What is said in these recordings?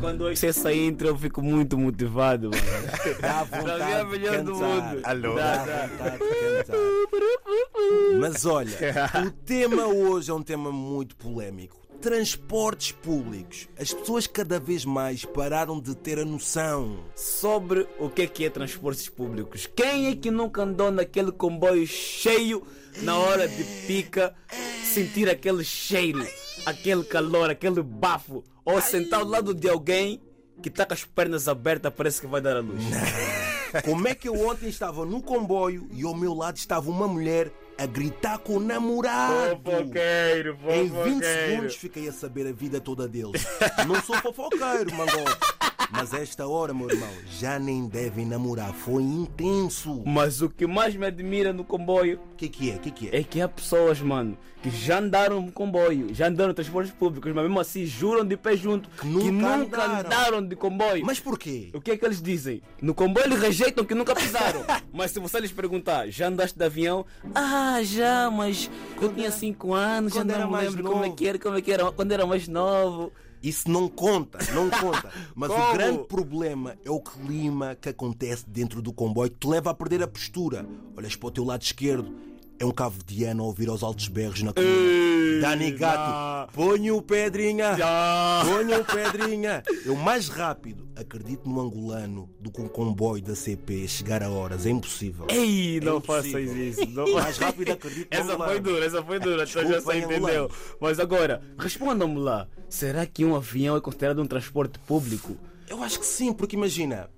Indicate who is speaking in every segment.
Speaker 1: Quando você sair entra, eu fico muito motivado, mano. Dá vontade. Pra mim é a melhor do mundo.
Speaker 2: Alô?
Speaker 1: Dá,
Speaker 3: Dá
Speaker 1: dá.
Speaker 3: vontade de cantar. Mas olha, o tema hoje é um tema muito polémico. Transportes públicos. As pessoas cada vez mais pararam de ter a noção.
Speaker 1: Sobre o que é que é transportes públicos. Quem é que nunca andou naquele comboio cheio na hora de pica, sentir aquele cheiro, aquele calor, aquele bafo, ou sentar ao lado de alguém que tá com as pernas abertas, parece que vai dar a luz.
Speaker 3: Como é que eu ontem estava no comboio e ao meu lado estava uma mulher a gritar com o
Speaker 1: Oh,
Speaker 3: namorado?
Speaker 1: Fofoqueiro,
Speaker 3: Em 20 segundos fiquei a saber a vida toda deles. Não sou fofoqueiro, mangote. Mas a esta hora, meu irmão, já nem devem namorar. Foi intenso. O
Speaker 1: Mas o que mais me admira no comboio
Speaker 3: que que é? O que que é?
Speaker 1: é que há pessoas, mano, que já andaram no comboio, já andaram em transportes públicos, mas mesmo assim juram de pé junto que
Speaker 3: nunca
Speaker 1: nunca,
Speaker 3: andaram.
Speaker 1: andaram. de comboio.
Speaker 3: Mas porquê?
Speaker 1: O que é que eles dizem? No comboio eles rejeitam que nunca pisaram. mas se você lhes perguntar, já andaste de avião? Ah, já, mas eu tinha 5 anos, já
Speaker 3: quando era
Speaker 1: não me
Speaker 3: mais
Speaker 1: lembro como é
Speaker 3: novo."
Speaker 1: que era, como é que era, quando era mais novo.
Speaker 3: Isso não conta, não conta. Mas o
Speaker 1: Como?
Speaker 3: grande problema é o clima que acontece dentro do comboio que te leva a perder a postura. Olhas para o teu lado esquerdo, é um cavediano a ouvir aos altos berros na coluna. Dani Gato, ponha o Pedrinha, ponha o Pedrinha. Eu mais rápido acredito no angolano do que um comboio da CP chegar a horas, é impossível.
Speaker 1: Ei, não
Speaker 3: impossível.
Speaker 1: faças isso. Não...
Speaker 3: Mais rápido acredito no
Speaker 1: Essa
Speaker 3: angolano.
Speaker 1: foi dura, essa foi dura, então já
Speaker 3: Desculpa,
Speaker 1: você
Speaker 3: hein,
Speaker 1: entendeu.
Speaker 3: Angolano.
Speaker 1: Mas agora, respondam-me lá. Será que um avião é considerado um transporte público?
Speaker 3: Eu acho que sim, porque imagina,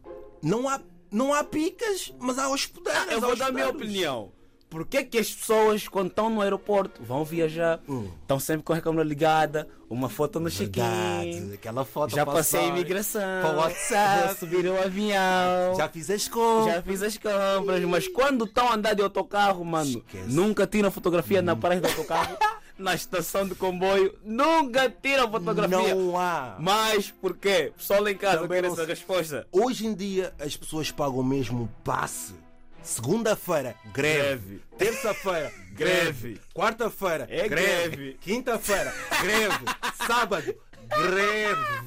Speaker 3: não há, não há picas, mas há hospedeiras.
Speaker 1: Ah, Eu
Speaker 3: há
Speaker 1: vou dar a minha
Speaker 3: hospedeiros.
Speaker 1: opinião. Por que, que as pessoas, quando estão no aeroporto, vão viajar,
Speaker 3: Hum.
Speaker 1: estão sempre com a câmera ligada, uma foto no
Speaker 3: Verdade,
Speaker 1: check-in,
Speaker 3: aquela foto
Speaker 1: já
Speaker 3: para
Speaker 1: passei a
Speaker 3: story,
Speaker 1: imigração,
Speaker 3: Para o
Speaker 1: já
Speaker 3: WhatsApp,
Speaker 1: subiram o avião,
Speaker 3: já fiz as compras.
Speaker 1: já fiz as compras, mas quando estão a andar de autocarro, mano,
Speaker 3: Esquece.
Speaker 1: nunca tiram fotografia na paragem do autocarro, na estação de comboio, nunca tiram fotografia.
Speaker 3: Não há.
Speaker 1: Mas por quê? Pessoal lá em casa
Speaker 3: Também
Speaker 1: quer
Speaker 3: não
Speaker 1: essa
Speaker 3: sei.
Speaker 1: resposta.
Speaker 3: Hoje em dia as pessoas pagam mesmo o passe. Segunda-feira, greve.
Speaker 1: Greve.
Speaker 3: Terça-feira, greve.
Speaker 1: Greve.
Speaker 3: Quarta-feira,
Speaker 1: É
Speaker 3: greve.
Speaker 1: greve.
Speaker 3: Quinta-feira, greve. Sábado,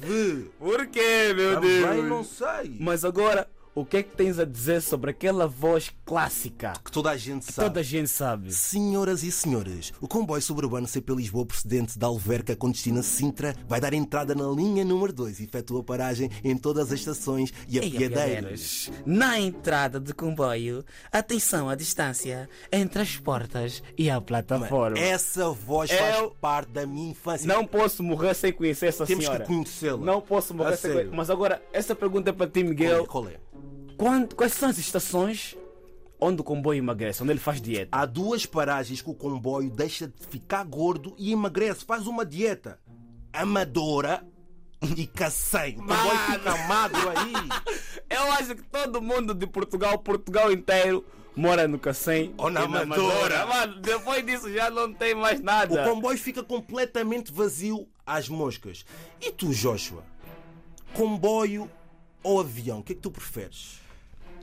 Speaker 3: greve.
Speaker 1: Por quê, meu Deus?
Speaker 3: Também não sei.
Speaker 1: Mas agora, o que é que tens a dizer sobre aquela voz clássica
Speaker 3: Que toda a gente sabe.
Speaker 1: toda a gente sabe?
Speaker 3: Senhoras e senhores, o comboio suburbano CP Lisboa procedente da Alverca com destino a Sintra vai dar entrada na linha número 2 e efetua paragem em todas as estações e
Speaker 4: Ei,
Speaker 3: apiadeiras.
Speaker 4: apiadeiros, Na entrada do comboio, atenção à distância entre as portas e a plataforma.
Speaker 3: É Essa voz faz
Speaker 1: Eu-
Speaker 3: parte da minha infância.
Speaker 1: É Não posso morrer sem conhecer essa
Speaker 3: Temos
Speaker 1: senhora.
Speaker 3: que conhecê-la.
Speaker 1: Não posso
Speaker 3: A
Speaker 1: morrer sem
Speaker 3: sério.
Speaker 1: conhecer. Mas agora, essa pergunta é para ti,
Speaker 3: Qual é?
Speaker 1: Miguel.
Speaker 3: Qual é?
Speaker 1: Quando- quais são as estações onde o comboio emagrece, onde ele faz dieta?
Speaker 3: Há duas paragens que o comboio deixa de ficar gordo e emagrece. Faz uma dieta amadora e cacém. O comboio fica magro aí.
Speaker 1: Eu acho que todo mundo de Portugal, Portugal inteiro, mora no Cacém.
Speaker 3: Ou na
Speaker 1: e
Speaker 3: Amadora.
Speaker 1: Mano, depois disso já não tem mais nada.
Speaker 3: O comboio fica completamente vazio às moscas. E tu, Joshua? Comboio ou avião? O que é que tu preferes?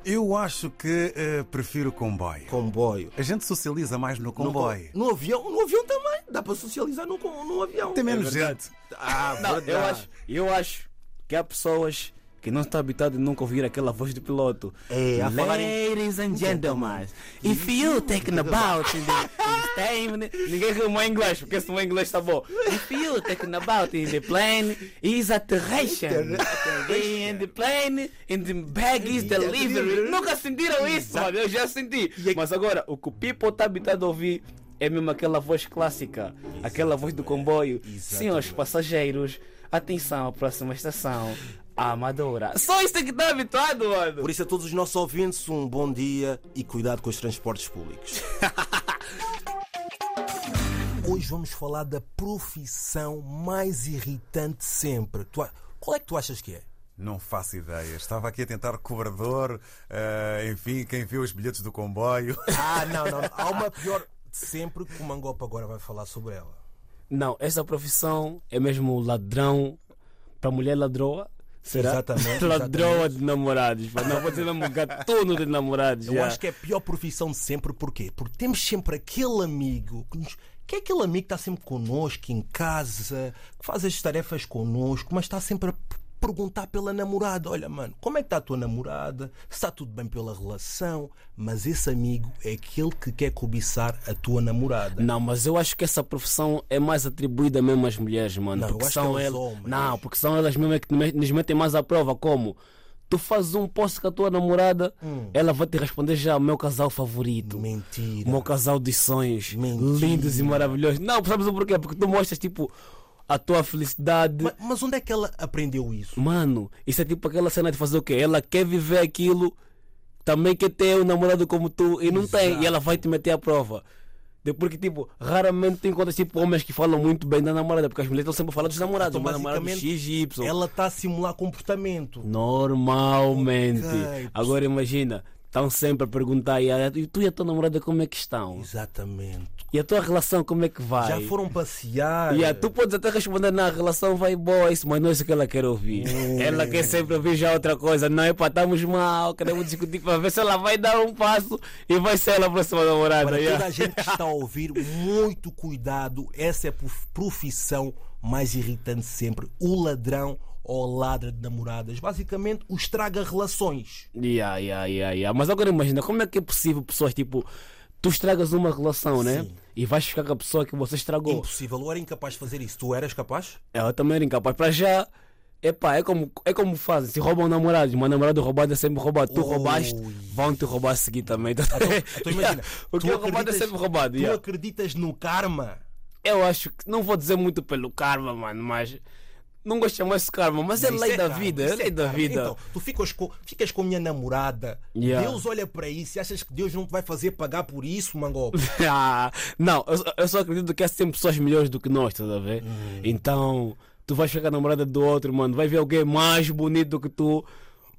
Speaker 2: Eu acho que eh, prefiro comboio.
Speaker 3: Comboio.
Speaker 2: A gente socializa mais no
Speaker 3: No,
Speaker 2: comboio.
Speaker 3: no avião, no avião também. Dá para socializar no, com- no avião.
Speaker 2: Tem
Speaker 1: É
Speaker 2: menos gente.
Speaker 3: Ah,
Speaker 1: Não,
Speaker 3: verdade.
Speaker 1: eu acho, eu acho que há pessoas que não estão habituadas a nunca ouvir aquela voz do piloto.
Speaker 3: É, a falar em- Um
Speaker 1: Ladies and gentlemen,
Speaker 4: If you taking about in the
Speaker 1: time... Ninguém rimou em inglês, porque se não é inglês tá bom.
Speaker 4: if you taking about in the plane is
Speaker 3: É
Speaker 4: atterration.
Speaker 1: In the plane, in the bag is
Speaker 3: é
Speaker 1: delivery. Nunca sentiram isso, mano. Eu já senti. Mas agora, o que o people está habituado a ouvir é mesmo aquela voz clássica, aquela voz do comboio. Senhores passageiros, atenção à próxima estação. Amadora. Só isso é que está habituado, mano.
Speaker 3: Por isso, a todos os nossos ouvintes, um bom dia e cuidado com os transportes públicos. Hoje vamos falar da profissão mais irritante sempre. Tu a- Qual é que tu achas que é?
Speaker 2: Não faço ideia. Estava aqui a tentar cobrador, eh, enfim, quem viu os bilhetes do comboio.
Speaker 3: Ah, não, não. não. Há uma pior de sempre que o Mangopa agora vai falar sobre ela.
Speaker 1: Não, essa profissão é mesmo ladrão para mulher ladroa. Será?
Speaker 3: Exatamente,
Speaker 1: Ladroa
Speaker 3: exatamente.
Speaker 1: de namorados. mas Não vou dizer mesmo gatuno de namorados.
Speaker 3: Eu acho que é a pior profissão de sempre, porquê? Porque temos sempre aquele amigo que, nos- que é aquele amigo que está sempre connosco em casa, que faz as tarefas connosco, mas está sempre a p- perguntar pela namorada. Olha, mano, como é que está a tua namorada? Se está tudo bem pela relação? Mas esse amigo é aquele que quer cobiçar a tua namorada.
Speaker 1: Não, mas eu acho que essa profissão é mais atribuída mesmo às mulheres, mano.
Speaker 3: Não, eu
Speaker 1: porque
Speaker 3: acho que
Speaker 1: são
Speaker 3: aos
Speaker 1: elas.
Speaker 3: homens.
Speaker 1: Não, porque são elas mesmo é que me- nos metem mais à prova. Como? Tu fazes um post com a tua namorada,
Speaker 3: Hum.
Speaker 1: ela vai te responder já, meu casal favorito.
Speaker 3: Mentira.
Speaker 1: O meu casal de sonhos.
Speaker 3: Mentira.
Speaker 1: Lindos e maravilhosos. Não, sabes o porquê? Porque tu mostras, tipo, a tua felicidade.
Speaker 3: Ma- Mas onde é que ela aprendeu isso?
Speaker 1: Mano, isso é tipo aquela cena de fazer o quê? Ela quer viver aquilo, também quer ter um namorado como tu e não tem, e ela vai te meter à prova. De- Porque, tipo, raramente tu encontras tipo, homens que falam muito bem da namorada, porque as mulheres estão sempre a falar dos namorados,
Speaker 3: Então,
Speaker 1: mas namorado
Speaker 3: basicamente,
Speaker 1: XY.
Speaker 3: Ela está a simular comportamento.
Speaker 1: Normalmente.
Speaker 3: Ok.
Speaker 1: Agora imagina, estão sempre a perguntar, e a- e tu e a tua namorada como é que estão?
Speaker 3: Exatamente.
Speaker 1: E a tua relação como é que vai?
Speaker 3: Já foram passear.
Speaker 1: Yeah, tu podes até responder na relação vai boa isso, mas não é isso que ela quer ouvir.
Speaker 3: É.
Speaker 1: Ela quer sempre ouvir já outra coisa. Não é para estamos mal, queremos discutir para ver se ela vai dar um passo e vai ser ela a próxima namorada.
Speaker 3: Para
Speaker 1: yeah.
Speaker 3: toda a gente que está a ouvir, muito cuidado. Essa é a prof- profissão mais irritante sempre. O ladrão ou a ladra de namoradas. Basicamente, o estraga relações.
Speaker 1: Yeah, yeah, yeah, yeah. Mas agora imagina, como é que é possível pessoas tipo, tu estragas uma relação, né? E vais ficar com a pessoa que você estragou.
Speaker 3: Impossível. Eu era incapaz de fazer isso. Tu eras capaz?
Speaker 1: Ela também é era incapaz. Para já, epá, é como, é como fazem. Se roubam namorados, mas namorado roubado é sempre roubado. Tu
Speaker 3: Ui.
Speaker 1: roubaste, vão te roubar a seguir também. Então,
Speaker 3: Então imagina.
Speaker 1: o que
Speaker 3: tu
Speaker 1: é roubado é
Speaker 3: acreditas-
Speaker 1: sempre roubado.
Speaker 3: Tu
Speaker 1: yeah.
Speaker 3: acreditas no karma?
Speaker 1: Eu acho que não vou dizer muito pelo karma, mano, mas não gosto mais de karma, mas é
Speaker 3: Isso
Speaker 1: lei da
Speaker 3: karma,
Speaker 1: vida, é
Speaker 3: isso
Speaker 1: lei da
Speaker 3: karma.
Speaker 1: vida.
Speaker 3: Então, tu ficas com, ficas com a minha namorada.
Speaker 1: Yeah.
Speaker 3: Deus olha para isso e achas que Deus não te vai fazer pagar por isso, Mangob?
Speaker 1: Ah, não, eu, só- eu só acredito que há sempre pessoas melhores do que nós, estás a ver?
Speaker 3: Hum.
Speaker 1: Então, tu vais ficar namorada do outro, mano, vai ver alguém mais bonito do que tu.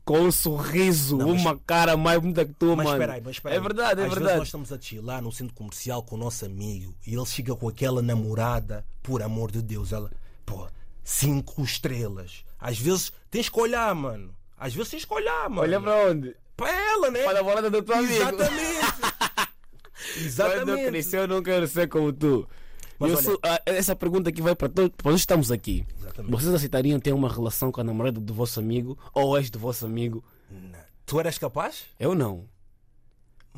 Speaker 1: Com um sorriso, uma cara mais bonita que tu,
Speaker 3: Mas
Speaker 1: mano.
Speaker 3: espera aí, mas espera aí.
Speaker 1: É verdade, é
Speaker 3: Às Vezes nós
Speaker 1: verdade.
Speaker 3: estamos a chilar no centro comercial com o nosso amigo e ele chega com aquela namorada, por amor de Deus, ela, pô, cinco estrelas. Às vezes tens que olhar, mano. Às vezes tens que olhar, mano.
Speaker 1: Olha para onde?
Speaker 3: para ela, né?
Speaker 1: Para a namorada do teu amigo.
Speaker 3: Exatamente.
Speaker 1: Quando eu
Speaker 3: Exatamente.
Speaker 1: crescer, eu não quero ser como tu.
Speaker 3: Mas
Speaker 1: Eu
Speaker 3: olha-
Speaker 1: sou- ah, essa pergunta aqui vai para todos. Para nós estamos aqui.
Speaker 3: Exatamente.
Speaker 1: Vocês aceitariam ter uma relação com a namorada do vosso amigo ou ex do vosso amigo?
Speaker 3: Tu eras capaz?
Speaker 1: Eu não.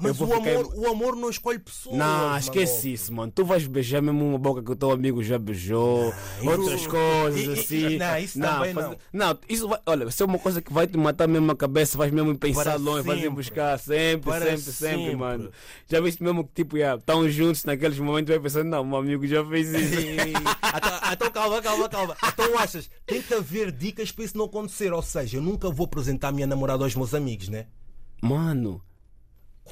Speaker 3: Mas
Speaker 1: vou
Speaker 3: o
Speaker 1: ficar-
Speaker 3: amor, o amor não escolhe pessoas.
Speaker 1: não,
Speaker 3: Mangob.
Speaker 1: esquece isso, mano. Tu vais beijar mesmo uma boca que o teu amigo já beijou, outras
Speaker 3: isso-
Speaker 1: coisas
Speaker 3: i- i-
Speaker 1: assim.
Speaker 3: não, isso também não.
Speaker 1: Não, isso vai. Olha, isso é uma coisa que vai te matar mesmo a cabeça, vais mesmo pensar
Speaker 3: Para
Speaker 1: longe, vais
Speaker 3: sempre.
Speaker 1: mesmo buscar sempre,
Speaker 3: Para
Speaker 1: sempre, sempre,
Speaker 3: sempre.
Speaker 1: mano. Já viste mesmo que tipo, já, estão juntos naqueles momentos, vai pensando, não, meu amigo já fez isso.
Speaker 3: Então- Então calma, calma, calma. Então achas, tem que haver dicas para isso não acontecer. Ou seja, eu nunca vou apresentar a minha namorada aos meus amigos, né?
Speaker 1: Mano.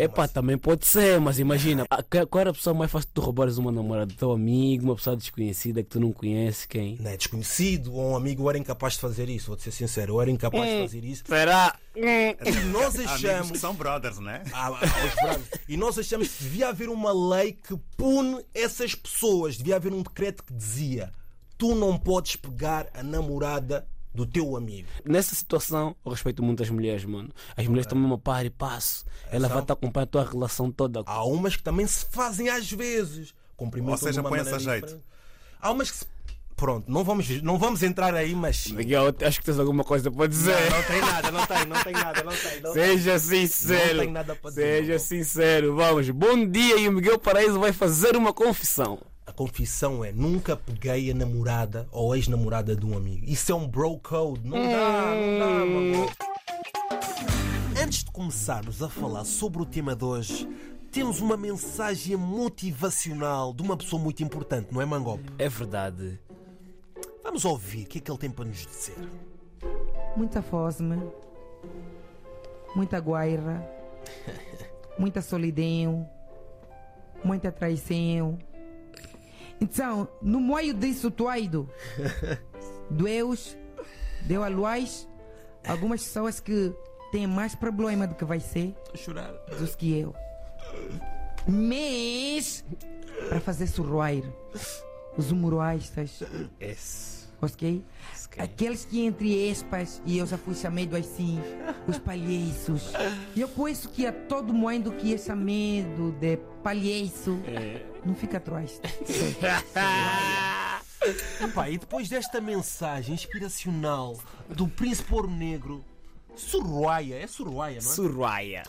Speaker 1: Epá,
Speaker 3: assim?
Speaker 1: também pode ser, mas imagina, a- que- qual era a pessoa mais fácil de tu roubares uma namorada? Teu amigo, uma pessoa desconhecida que tu não conheces quem?
Speaker 3: Não é desconhecido ou um amigo, eu era incapaz de fazer isso. Vou-te ser sincero, eu era incapaz de fazer isso.
Speaker 1: Será?
Speaker 3: E nós
Speaker 2: Amigos que
Speaker 3: achamos.
Speaker 2: são brothers, né?
Speaker 3: Ah, ah, aos bravos. e nós achamos que devia haver uma lei que pune essas pessoas. Devia haver um decreto que dizia: tu não podes pegar a namorada do teu amigo.
Speaker 1: Nessa situação, eu respeito muito as mulheres, mano. As mulheres
Speaker 3: É.
Speaker 1: estão mesmo a par e passo. Ela vai te acompanhar a tua relação toda.
Speaker 3: Há umas que também se fazem às vezes. Cumprimentam
Speaker 2: Ou seja,
Speaker 3: de uma
Speaker 2: põe-se a
Speaker 3: maneira
Speaker 2: jeito.
Speaker 3: diferente. Há umas que se... Pronto, não vamos, não vamos entrar aí, mas.
Speaker 1: Miguel, acho que tens alguma coisa para
Speaker 2: É.
Speaker 1: dizer.
Speaker 3: Não tem nada, não tem, não tem nada, não tem. Não...
Speaker 1: Seja sincero.
Speaker 3: Não tenho nada pra dizer,
Speaker 1: Seja
Speaker 3: não.
Speaker 1: sincero, vamos. Bom dia e o Miguel Paraíso vai fazer uma confissão.
Speaker 3: A confissão é: nunca peguei a namorada ou ex-namorada de um amigo. Isso é um bro code. Não dá, não dá, mano. Antes de começarmos a falar sobre o tema de hoje, temos uma mensagem motivacional de uma pessoa muito importante, não é, Mangob?
Speaker 1: É verdade.
Speaker 3: Vamos ouvir o que é que ele tem para nos dizer.
Speaker 5: muita fosme, muita guaira, muita solidão, muita traição. Então, no meio disso tudo, Deus deu a luz algumas pessoas que têm mais problema do que vai ser
Speaker 3: chorar.
Speaker 5: do que eu. Mas, para fazer surroir, os humoroistas, ok? Aqueles que entre aspas, e eu já fui chamado assim, os palheços. E eu penso que a todo mundo que é chamado de palheço, não fica atrás.
Speaker 3: Epá, e depois desta mensagem inspiracional do príncipe ouro negro, Soraya, é Soraya, não é?
Speaker 1: Surraia.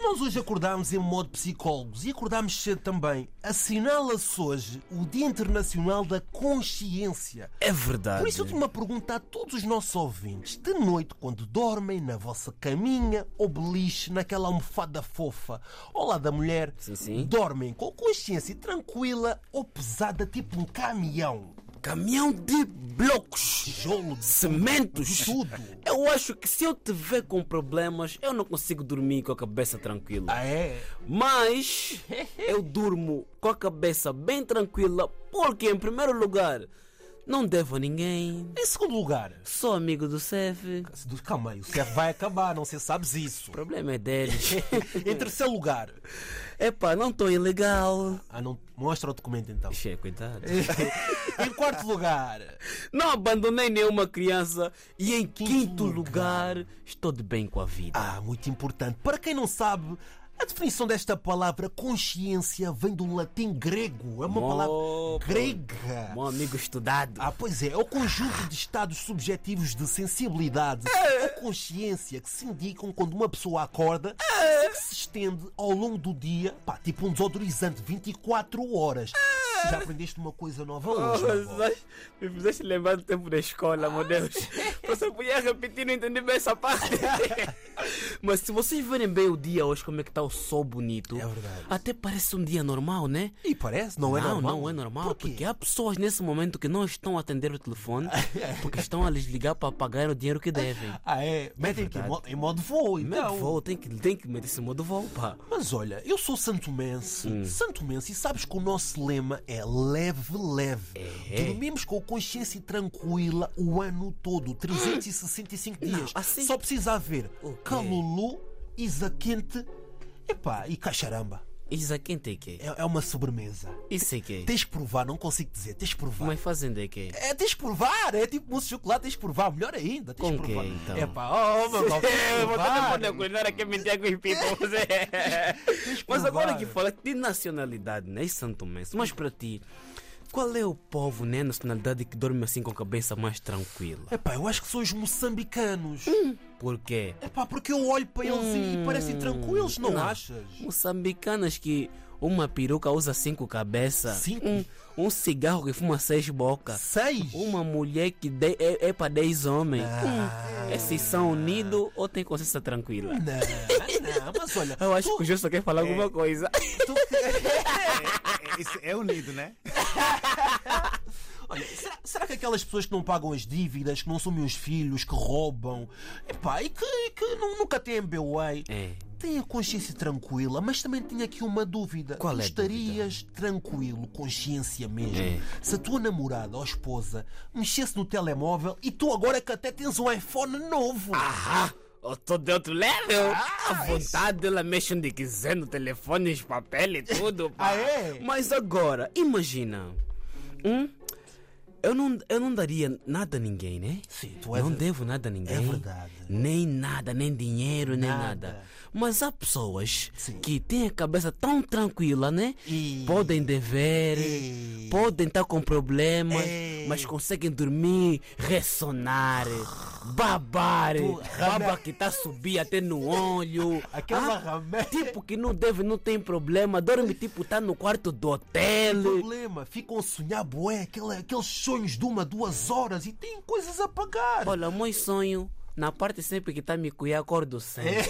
Speaker 3: Nós hoje acordámos em modo psicólogos e acordámos cedo também. Assinala-se hoje o Dia Internacional da Consciência.
Speaker 1: É verdade.
Speaker 3: Por isso eu tenho uma pergunta a todos os nossos ouvintes. De noite, quando dormem, na vossa caminha ou beliche, naquela almofada fofa, ao lado da mulher,
Speaker 1: Sim, sim.
Speaker 3: dormem com consciência tranquila ou pesada, tipo um caminhão?
Speaker 1: Caminhão de blocos,
Speaker 3: Tijolo de
Speaker 1: cementos.
Speaker 3: tudo.
Speaker 1: Eu acho que se eu te ver com problemas, eu não consigo dormir com a cabeça tranquila.
Speaker 3: Ah, é?
Speaker 1: Mas eu durmo com a cabeça bem tranquila, porque em primeiro lugar, não devo a ninguém.
Speaker 3: Em segundo lugar,
Speaker 1: Sou amigo do Cef.
Speaker 3: do- calma aí, o CF vai acabar, não sei se sabes isso.
Speaker 1: O problema é deles.
Speaker 3: Em terceiro lugar,
Speaker 1: Epá, não estou ilegal. é,
Speaker 3: ah, não, mostra o documento então.
Speaker 1: Che, cuidado.
Speaker 3: em quarto lugar,
Speaker 1: Não abandonei nenhuma criança e em quinto, lugar, estou de bem com a vida.
Speaker 3: Ah, muito importante. Para quem não sabe, a definição desta palavra consciência vem do latim grego. É uma
Speaker 1: Mo-
Speaker 3: palavra grega.
Speaker 1: Meu amigo estudado.
Speaker 3: Ah, pois é, é o conjunto de estados subjetivos de sensibilidade
Speaker 1: É.
Speaker 3: ou consciência que se indicam quando uma pessoa acorda
Speaker 1: É.
Speaker 3: e que se estende ao longo do dia, pá, tipo um desodorizante, 24 horas.
Speaker 1: É.
Speaker 3: Já aprendeste uma coisa nova hoje, não é?
Speaker 1: Oh, me fizeste lembrar do tempo da
Speaker 3: Ah,
Speaker 1: escola, meu Deus. Você podia repetir, não entendi bem essa parte. Mas se vocês verem bem o dia hoje, como é que está o sol bonito.
Speaker 3: É verdade.
Speaker 1: Até parece um dia normal, né?
Speaker 3: E parece, não é
Speaker 1: não,
Speaker 3: normal?
Speaker 1: não é normal,
Speaker 3: Por quê?
Speaker 1: porque há pessoas nesse momento que não estão a atender o telefone
Speaker 3: É.
Speaker 1: porque estão a lhes ligar para pagar o dinheiro que devem.
Speaker 3: Ah, é. Metem aqui em modo- em modo voo, então.
Speaker 1: Meu voo, tem que, tem que meter esse modo voo, pá.
Speaker 3: Mas olha, eu sou santomense,
Speaker 1: Hum.
Speaker 3: santomense, e sabes que o nosso lema é leve, leve.
Speaker 1: É?
Speaker 3: Dormimos com a consciência tranquila o ano todo, 365 dias.
Speaker 1: assim-
Speaker 3: Só precisa haver
Speaker 1: O quê?
Speaker 3: calulu, isa quente, epá, e cacharamba.
Speaker 1: Isso é quem tem que?
Speaker 3: É, é uma sobremesa.
Speaker 1: Isso é que?
Speaker 3: Tens de provar, não consigo dizer, tens de provar.
Speaker 1: Mas fazendo é que?
Speaker 3: É, tens de provar, é tipo mousse de chocolate, tens de provar, melhor ainda, tens de
Speaker 1: Com
Speaker 3: provar.
Speaker 1: quem, então?
Speaker 3: Epá, oh, meu Deus, tens de provar.
Speaker 1: cuidar aqui a mentir com os people.
Speaker 3: Tens de
Speaker 1: Mas agora
Speaker 3: provar.
Speaker 1: que fala de nacionalidade, né? E Santo Mestre, mas para ti, qual é o povo, né? Nacionalidade que dorme assim com a cabeça mais tranquila?
Speaker 3: Epá, eu acho que são os moçambicanos.
Speaker 1: Hum. Por quê?
Speaker 3: Epá, porque eu olho para eles e parecem tranquilos, não,
Speaker 1: Hum. não.
Speaker 3: achas?
Speaker 1: Moçambicanas que uma peruca usa cinco cabeças,
Speaker 3: Cinco?
Speaker 1: Um, um cigarro que fuma seis bocas,
Speaker 3: Seis?
Speaker 1: uma mulher que de- é, é para dez homens. Hum, esses são unidos ou têm consciência tranquila? É.
Speaker 3: Não, não, mas olha,
Speaker 1: Eu acho
Speaker 3: tu-
Speaker 1: que o Justo quer falar alguma coisa.
Speaker 3: tu que-
Speaker 2: É, isso é unido, né?
Speaker 3: olha, será, será que aquelas pessoas que não pagam as dívidas, que não são meus filhos, que roubam, epá, e que, e que nu- nunca têm MBWay,
Speaker 1: É.
Speaker 3: têm a consciência tranquila, mas também tenho aqui uma dúvida.
Speaker 1: Qual
Speaker 3: tu
Speaker 1: é a
Speaker 3: estarias tranquilo, consciência mesmo,
Speaker 1: É.
Speaker 3: se a tua namorada ou esposa mexesse no telemóvel e tu agora que até tens um iPhone novo? Ah,
Speaker 1: Ahá! Eu tô de outro level! à vontade, ela mexe onde quiser, no telefone, os papéis e tudo, pá.
Speaker 3: Ah, é?
Speaker 1: Mas agora, imagina. Hum? Eu não, eu não daria nada a ninguém, né?
Speaker 3: Sim, tu és-
Speaker 1: Não devo nada a ninguém.
Speaker 3: É verdade.
Speaker 1: Nem nada, nem dinheiro, nem
Speaker 3: Nada.
Speaker 1: nada. Mas há pessoas
Speaker 3: Sim.
Speaker 1: que têm a cabeça tão tranquila, né?
Speaker 3: E-
Speaker 1: Podem dever,
Speaker 3: E-
Speaker 1: podem estar com problemas,
Speaker 3: E-
Speaker 1: mas conseguem dormir, ressonar, babar, baba que tá subir até no olho.
Speaker 3: Aquela ramé-
Speaker 1: Tipo que não deve, não tem problema, dorme tipo tá no quarto do hotel.
Speaker 3: O problema, ficam a sonhar bué, aquele- aqueles sonhos de uma, duas horas e têm coisas a pagar.
Speaker 1: Olha, meu sonho, na parte sempre que tá me cuia, acordo sempre.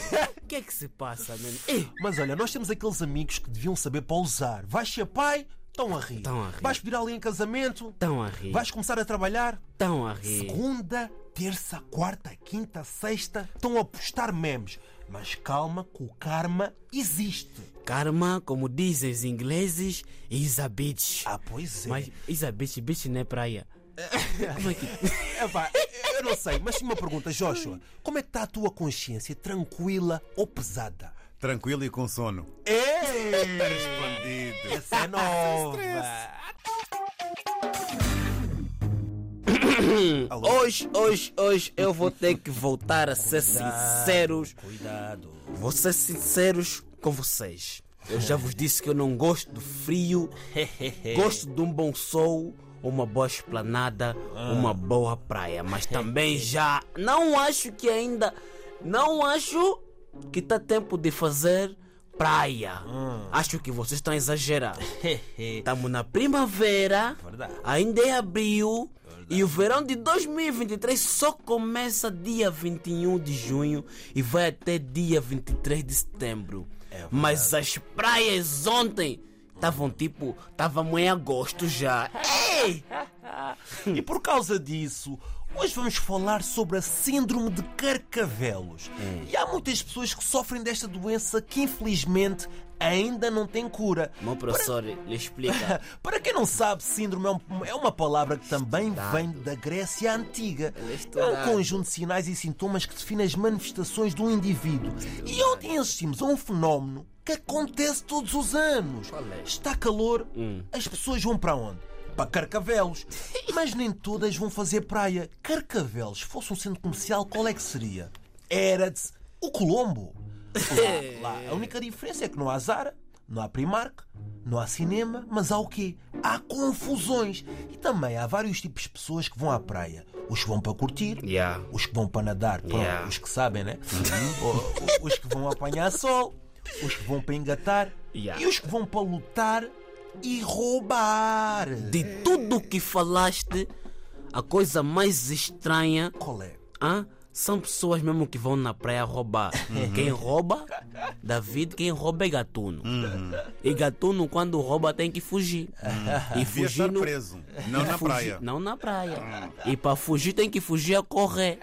Speaker 1: O que é que se passa, mano? Ei,
Speaker 3: Mas olha, nós temos aqueles amigos que deviam saber pausar. Vais ser pai, estão a rir.
Speaker 1: Tão a rir.
Speaker 3: Vais pedir alguém em casamento,
Speaker 1: tão a rir, É.
Speaker 3: vais começar a trabalhar.
Speaker 1: tão a rir.
Speaker 3: Segunda, terça, quarta, quinta, sexta, estão a postar memes. Mas calma, que o karma existe.
Speaker 1: Karma, como dizem os ingleses, is a bitch.
Speaker 3: Ah, pois é.
Speaker 1: Mas is a bitch, bitch não é praia. Como é que...
Speaker 3: Epá, eu não sei, mas tinha uma pergunta, Joshua. Como é que está a tua consciência? Tranquila ou pesada?
Speaker 2: Tranquilo e com sono.
Speaker 3: Ei!
Speaker 2: Respondido.
Speaker 3: Essa é nova.
Speaker 1: Hoje, hoje, hoje eu vou ter que voltar a ser sinceros. Cuidado. Vou ser sinceros com vocês. Eu já vos disse que eu não gosto do frio, gosto de um bom sol, uma boa esplanada, uma boa praia. Mas também já não acho que ainda. Não acho que está tempo de fazer praia. Acho que vocês estão a exagerar. Estamos na primavera,
Speaker 3: Verdade.
Speaker 1: ainda é abril, e o verão de 2023 só começa dia 21 de junho e vai até dia 23 de setembro. Mas as praias ontem estavam tipo, estavam em agosto já. Ei!
Speaker 3: E por causa disso, hoje vamos falar sobre a síndrome de carcavelos. E há muitas pessoas que sofrem desta doença que infelizmente ainda não tem cura.
Speaker 1: Meu professor lhe explica.
Speaker 3: Para quem não sabe, síndrome é, um- é uma palavra que também vem da Grécia Antiga. É um conjunto de sinais e sintomas que define as manifestações de um indivíduo. E ontem assistimos a um fenómeno que acontece todos os anos. Está calor, as pessoas vão para onde? Para Carcavelos. Mas nem todas vão fazer praia. Carcavelos, se fosse um centro comercial, qual é que seria? Era de- o Colombo. Lá, lá. A única diferença é que não há Zara, não há Primark, não há cinema, mas há o quê? Há confusões. E também há vários tipos de pessoas que vão à praia. Os que vão para curtir,
Speaker 1: Yeah.
Speaker 3: os que vão para nadar, pronto,
Speaker 1: Yeah. Uhum.
Speaker 3: os que sabem, né? O- o- os que vão apanhar sol, os que vão para engatar
Speaker 1: Yeah.
Speaker 3: e os que vão para lutar e roubar.
Speaker 1: De tudo o que falaste, a coisa mais estranha
Speaker 3: Qual é?
Speaker 1: Hã? São pessoas mesmo que vão na praia roubar.
Speaker 2: Uhum.
Speaker 1: Quem rouba, David, quem rouba é gatuno.
Speaker 2: Uhum.
Speaker 1: E gatuno, quando rouba, tem que fugir. E
Speaker 2: Devia estar
Speaker 1: fugir no-
Speaker 2: preso, não na
Speaker 1: fugir-
Speaker 2: praia. Uhum.
Speaker 1: Não na praia. E para fugir, tem que fugir a correr.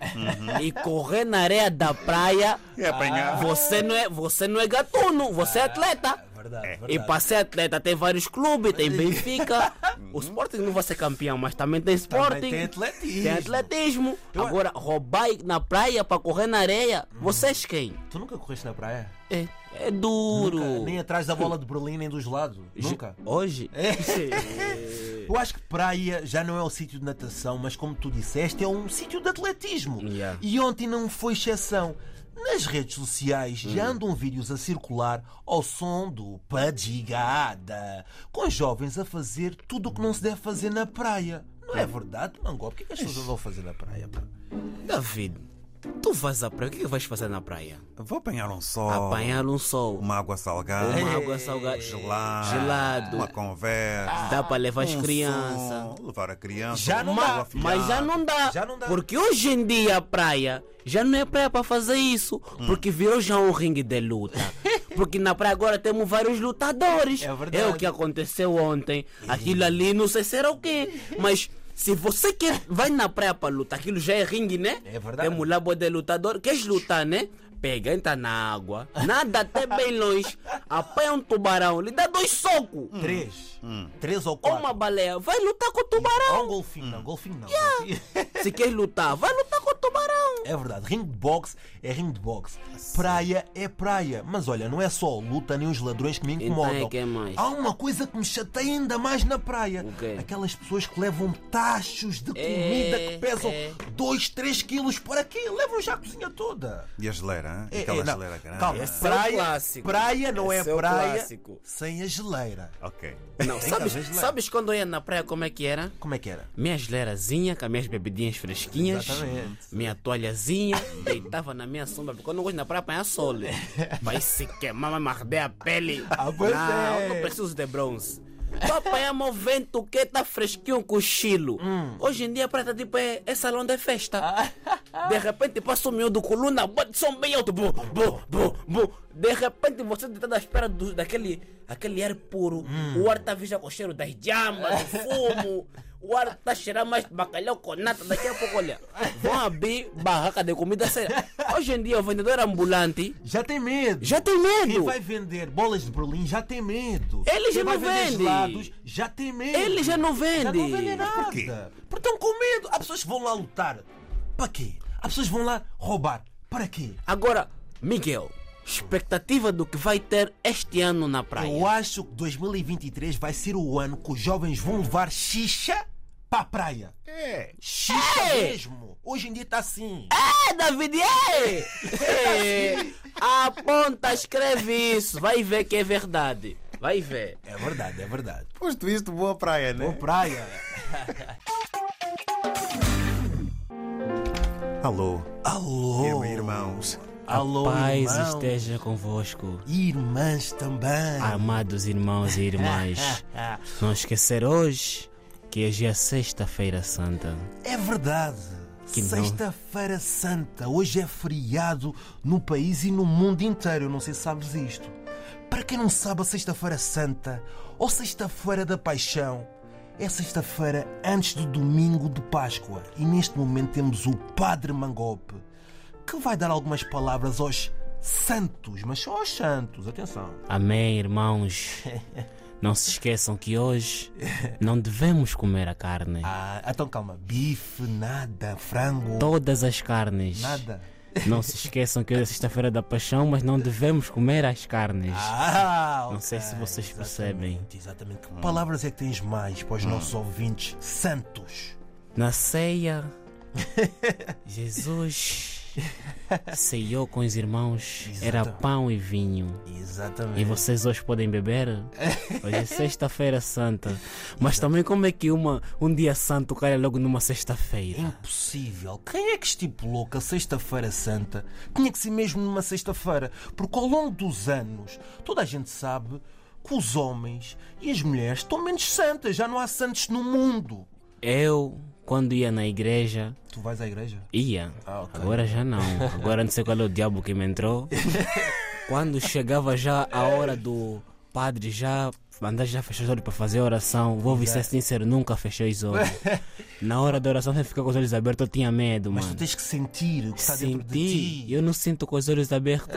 Speaker 1: E correr na areia da praia,
Speaker 2: É apanhar.
Speaker 1: você não é, você não é gatuno, você é atleta.
Speaker 3: Verdade,
Speaker 1: É. E para ser atleta tem vários clubes, tem Benfica. O Sporting não vai ser campeão, mas também tem Sporting.
Speaker 3: tem atletismo.
Speaker 1: Tem atletismo. Agora, roubar na praia para correr na areia, vocês quem?
Speaker 3: Tu nunca correste na praia?
Speaker 1: É, é duro.
Speaker 3: Nem atrás da bola de Berlim, nem dos lados. Nunca.
Speaker 1: Hoje?
Speaker 3: Eu acho que praia já não é o sítio de natação, mas como tu disseste, é um sítio de atletismo.
Speaker 1: Yeah.
Speaker 3: E ontem não foi exceção. Nas redes sociais
Speaker 1: Hum.
Speaker 3: já andam vídeos a circular ao som do Padigada, com jovens a fazer tudo o que não se deve fazer na praia. Não
Speaker 1: Hum.
Speaker 3: é verdade, Mangó? O que é que as pessoas vão fazer na praia? pá?
Speaker 1: David, tu vais à praia, o que é que vais fazer na praia?
Speaker 2: Vou apanhar um sol,
Speaker 1: Apanhar um sol,
Speaker 2: uma água salgada,
Speaker 1: uma água salgada,
Speaker 2: gelada,
Speaker 1: gelado.
Speaker 2: uma conversa,
Speaker 1: Dá para levar as
Speaker 2: um
Speaker 1: crianças.
Speaker 2: som, levar a criança.
Speaker 3: Já não
Speaker 2: uma
Speaker 3: dá,
Speaker 2: água
Speaker 1: Mas já
Speaker 2: filhada.
Speaker 1: não dá.
Speaker 3: Já não dá.
Speaker 1: Porque hoje em dia a praia já não é praia para fazer isso.
Speaker 3: Hum.
Speaker 1: Porque virou já um ringue de luta. Porque na praia agora temos vários lutadores.
Speaker 3: É verdade.
Speaker 1: o que aconteceu ontem. Aquilo ali não sei se era o quê. Mas se você quer. Vai na praia para lutar. Aquilo já é ringue, né?
Speaker 3: É verdade.
Speaker 1: Temos lá boa de lutador. Queres lutar, né? Pega, entra na água. Nada até bem longe. Apanha um tubarão. Lhe dá dois socos.
Speaker 3: Hum. Três. Três ou
Speaker 1: Ou
Speaker 3: quatro.
Speaker 1: Hum. uma Hum. baleia. Vai lutar com o tubarão.
Speaker 3: Ou um golfinho, não. Golfinho não.
Speaker 1: Se quer lutar, vai lutar com o tubarão.
Speaker 3: É verdade, ring de boxe é ring de boxe.
Speaker 2: Ah,
Speaker 3: Praia é praia. Mas olha, não é só a luta nem os ladrões que me
Speaker 1: Então
Speaker 3: incomodam.
Speaker 1: é que é mais.
Speaker 3: Há uma coisa que me chateia ainda mais na praia.
Speaker 1: O quê?
Speaker 3: Aquelas pessoas que levam tachos de comida que pesam
Speaker 1: é.
Speaker 3: 2, 3 quilos. Para quê? Levam já a cozinha toda.
Speaker 2: E a geleira, hein?
Speaker 3: É,
Speaker 2: aquela
Speaker 3: é, não.
Speaker 2: geleira grande.
Speaker 3: Calma,
Speaker 1: é o
Speaker 3: praia,
Speaker 1: clássico.
Speaker 3: praia não
Speaker 1: Esse é
Speaker 3: é
Speaker 1: o
Speaker 3: praia
Speaker 1: clássico.
Speaker 3: sem a geleira.
Speaker 2: Ok.
Speaker 1: Não, sabes, sabes quando eu ia na praia como é que era?
Speaker 3: Como é que era?
Speaker 1: Minha geleirazinha, com as minhas bebidinhas fresquinhas,
Speaker 3: Exatamente.
Speaker 1: minha toalhazinha, deitava na minha sombra, porque eu não gosto na praia apanhar sol. Vai se queimar, vai me arder a pele.
Speaker 3: Ah, pois
Speaker 1: não,
Speaker 3: é.
Speaker 1: eu não preciso de bronze. Só apanhar o vento que tá fresquinho, um cochilo.
Speaker 3: Hum.
Speaker 1: Hoje em dia a praia tá tipo, é, é salão de festa.
Speaker 3: Ah.
Speaker 1: De repente passa o miúdo, coluna, bate som bem alto. Bu, bu, bu, bu. De repente você está à espera do, daquele aquele ar puro.
Speaker 3: Hum.
Speaker 1: O ar está já com o cheiro das jamas, do fumo. O ar está cheirando mais de bacalhau com nata. Daqui a pouco, olha, vão abrir barraca de comida séria. Hoje em dia o vendedor ambulante
Speaker 3: Já tem medo.
Speaker 1: já tem
Speaker 3: Quem
Speaker 1: medo.
Speaker 3: vai vender bolas de Berlim já tem medo.
Speaker 1: Ele já
Speaker 3: Quem vai
Speaker 1: não
Speaker 3: vender
Speaker 1: vende.
Speaker 3: gelados já tem medo.
Speaker 1: Ele já não vende.
Speaker 3: Já não vende nada.
Speaker 2: por quê?
Speaker 3: Porque estão com medo. Há pessoas que vão lá lutar. Para quê? Há pessoas que vão lá roubar. Para quê?
Speaker 1: Agora, Miguel, expectativa do que vai ter este ano na
Speaker 3: Eu
Speaker 1: praia.
Speaker 3: acho que 2023 vai ser o ano que os jovens vão levar xixa para a praia. É. Xixa
Speaker 1: É.
Speaker 3: mesmo. Hoje em dia está assim.
Speaker 1: É, David, é! é. Aponta, escreve isso. Vai ver que é verdade. Vai ver.
Speaker 3: É verdade, é verdade.
Speaker 2: Posto isto, boa praia, né?
Speaker 3: Boa praia.
Speaker 2: Alô,
Speaker 3: Alô.
Speaker 2: irmãos.
Speaker 3: Alô,
Speaker 1: Paz
Speaker 3: irmãos.
Speaker 1: esteja convosco.
Speaker 3: Irmãs também.
Speaker 1: Ah, Amados irmãos e irmãs, não esquecer hoje que hoje é sexta-feira santa.
Speaker 3: É verdade.
Speaker 1: Que não.
Speaker 3: Sexta-feira Santa, hoje é feriado no país e no mundo inteiro. Eu não sei se sabes isto. Para quem não sabe, a Sexta-feira Santa ou Sexta-feira da Paixão é sexta-feira antes do domingo de Páscoa. E neste momento temos o Padre Mangope que vai dar algumas palavras aos santos, mas só aos santos, atenção.
Speaker 1: Amém, irmãos. Não se esqueçam que hoje não devemos comer a carne.
Speaker 3: Ah, então calma, bife, nada, frango,
Speaker 1: Todas as carnes.
Speaker 3: nada.
Speaker 1: Não se esqueçam que hoje é sexta-feira da paixão, mas não devemos comer as carnes.
Speaker 3: Ah,
Speaker 1: Não sei
Speaker 3: ok,
Speaker 1: se vocês
Speaker 3: exatamente,
Speaker 1: percebem. Hum.
Speaker 3: Exatamente. Que palavras é que tens mais para os nossos ouvintes santos?
Speaker 1: Na ceia, Jesus ceiou com os irmãos. Era
Speaker 3: Exatamente.
Speaker 1: pão e vinho.
Speaker 3: Exatamente.
Speaker 1: E vocês hoje podem beber? Hoje é sexta-feira santa. Mas também como é que uma, um dia santo cai logo numa sexta-feira?
Speaker 3: Impossível. Quem é que estipulou que a Sexta-feira Santa tinha que ser mesmo numa sexta-feira? Porque ao longo dos anos, toda a gente sabe que os homens e as mulheres estão menos santas. Já não há santos no mundo.
Speaker 1: Eu, quando ia na igreja,
Speaker 3: Tu vais à igreja?
Speaker 1: ia.
Speaker 3: Ah, ok.
Speaker 1: Agora já não. Agora não sei qual é o diabo que me entrou. Quando chegava já a hora do padre já mandar já fechar os olhos para fazer a oração, vou ser sincero, nunca fechei os olhos. Na hora da oração, sem ficar com os olhos abertos, eu tinha medo,
Speaker 3: Mas
Speaker 1: mano.
Speaker 3: tu tens que sentir o que está dentro de
Speaker 1: Senti,
Speaker 3: ti. É,
Speaker 1: eu não sinto com os olhos abertos,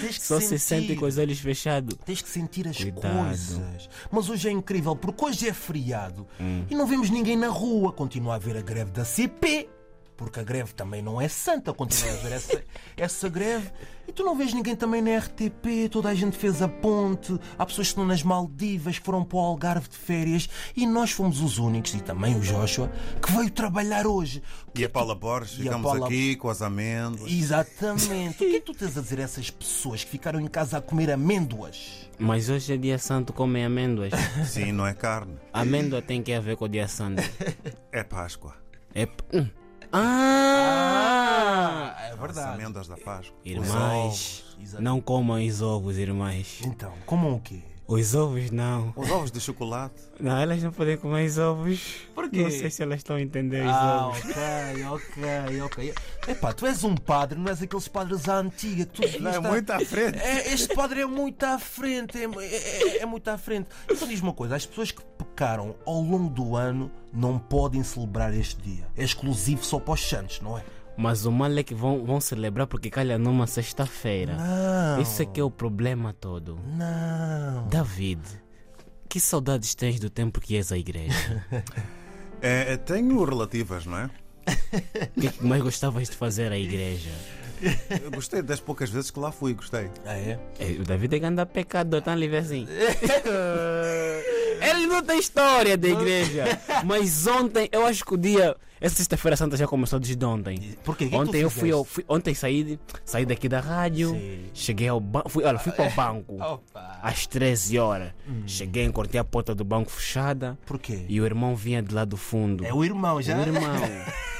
Speaker 3: Tens que
Speaker 1: só se
Speaker 3: sentir.
Speaker 1: sente com os olhos fechados.
Speaker 3: Tens que sentir as
Speaker 1: Cuidado.
Speaker 3: coisas. Mas hoje é incrível, porque hoje é feriado e não vemos ninguém na rua. Continua a haver a greve da CP, porque a greve também não é santa. Continua a haver essa, essa greve. E tu não vês ninguém também na RTP. Toda a gente fez a ponte. Há pessoas que estão nas Maldivas, foram para o Algarve de férias. E nós fomos os únicos, e também o Joshua, que veio trabalhar hoje.
Speaker 2: E a Paula Borges,
Speaker 3: E a
Speaker 2: ficamos
Speaker 3: Paula-
Speaker 2: aqui com as amêndoas.
Speaker 3: Exatamente. O que é que tu tens a dizer a essas pessoas que ficaram em casa a comer amêndoas?
Speaker 1: Mas hoje é dia santo, comem amêndoas.
Speaker 2: Sim, não é carne.
Speaker 1: Amêndoa tem que haver com o dia santo.
Speaker 2: É Páscoa.
Speaker 1: É. p- hum. Ah!
Speaker 3: Ah, é
Speaker 2: As amêndoas da Páscoa.
Speaker 1: Irmãs,
Speaker 3: ovos, exato.
Speaker 1: não comam os ovos, irmãs.
Speaker 3: Então, comam o quê?
Speaker 1: Os ovos não.
Speaker 2: Os ovos de chocolate.
Speaker 1: Não, elas não podem comer os ovos.
Speaker 3: Por quê?
Speaker 1: Não sei se elas estão a entender os
Speaker 3: Ah,
Speaker 1: ovos.
Speaker 3: ok, ok, ok. Epá, tu és um padre, não és aqueles padres à antiga. que Tu
Speaker 2: Não é
Speaker 3: está-
Speaker 2: muito à frente.
Speaker 3: É, este padre é muito à frente, é, é- é- é muito à frente. Então diz uma coisa: as pessoas que pecaram ao longo do ano não podem celebrar este dia. É exclusivo só para os santos, não é?
Speaker 1: Mas o mal é que vão, vão celebrar porque calha numa sexta-feira.
Speaker 3: Não.
Speaker 1: Isso é que é o problema todo.
Speaker 3: Não.
Speaker 1: David, que saudades tens do tempo que és à igreja?
Speaker 2: É, é, tenho relativas, não é?
Speaker 1: O que é que mais gostavas de fazer à igreja?
Speaker 2: Eu gostei das poucas vezes que lá fui, gostei.
Speaker 3: Ah, é?
Speaker 1: É, O David é que anda pecado, tá livre assim. Ele não tem história da igreja. Mas ontem, eu acho que o dia. Essa sexta-feira santa já começou desde ontem.
Speaker 3: Porquê? O que é que tu
Speaker 1: Ontem eu fui,
Speaker 3: fizeste?
Speaker 1: ao, fui- ontem saí, de- saí daqui da rádio,
Speaker 3: Sim. É. Oh.
Speaker 1: cheguei ao banco, fui, olha, fui para o banco
Speaker 3: Opa!
Speaker 1: às 13 horas.
Speaker 3: Hum.
Speaker 1: Cheguei, encontrei a porta do banco fechada
Speaker 3: Porquê?
Speaker 1: e o irmão vinha de lá do fundo.
Speaker 3: É o irmão já.
Speaker 1: O irmão.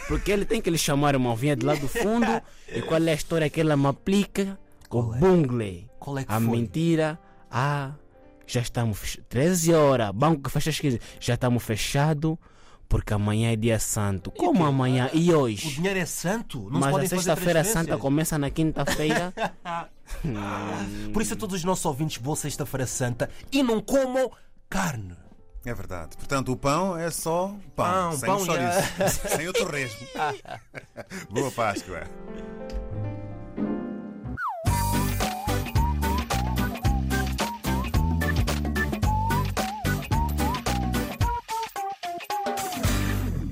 Speaker 1: Porque ele tem que lhe chamar irmão, vinha de lá do fundo. E qual é a história que ela me aplica? O
Speaker 3: Qual é?
Speaker 1: bungle.
Speaker 3: Qual é que
Speaker 1: A
Speaker 3: foi?
Speaker 1: mentira. Ah, já estamos fech- 13 horas. Banco que fecha às 15. Já estamos fechado porque amanhã é dia santo. Como amanhã? E
Speaker 3: O
Speaker 1: hoje?
Speaker 3: dinheiro é santo? Não se
Speaker 1: Mas a
Speaker 3: podem fazer
Speaker 1: sexta-feira santa
Speaker 3: transferências?
Speaker 1: começa na quinta-feira.
Speaker 3: Por isso a todos os nossos ouvintes, boa sexta-feira santa e não comam carne.
Speaker 2: É verdade. Portanto, o pão é só
Speaker 3: Pão,
Speaker 2: pão,
Speaker 3: Ah.
Speaker 2: sem
Speaker 3: pão,
Speaker 2: o chouriço,
Speaker 3: já.
Speaker 2: sem o torresmo. Boa Páscoa.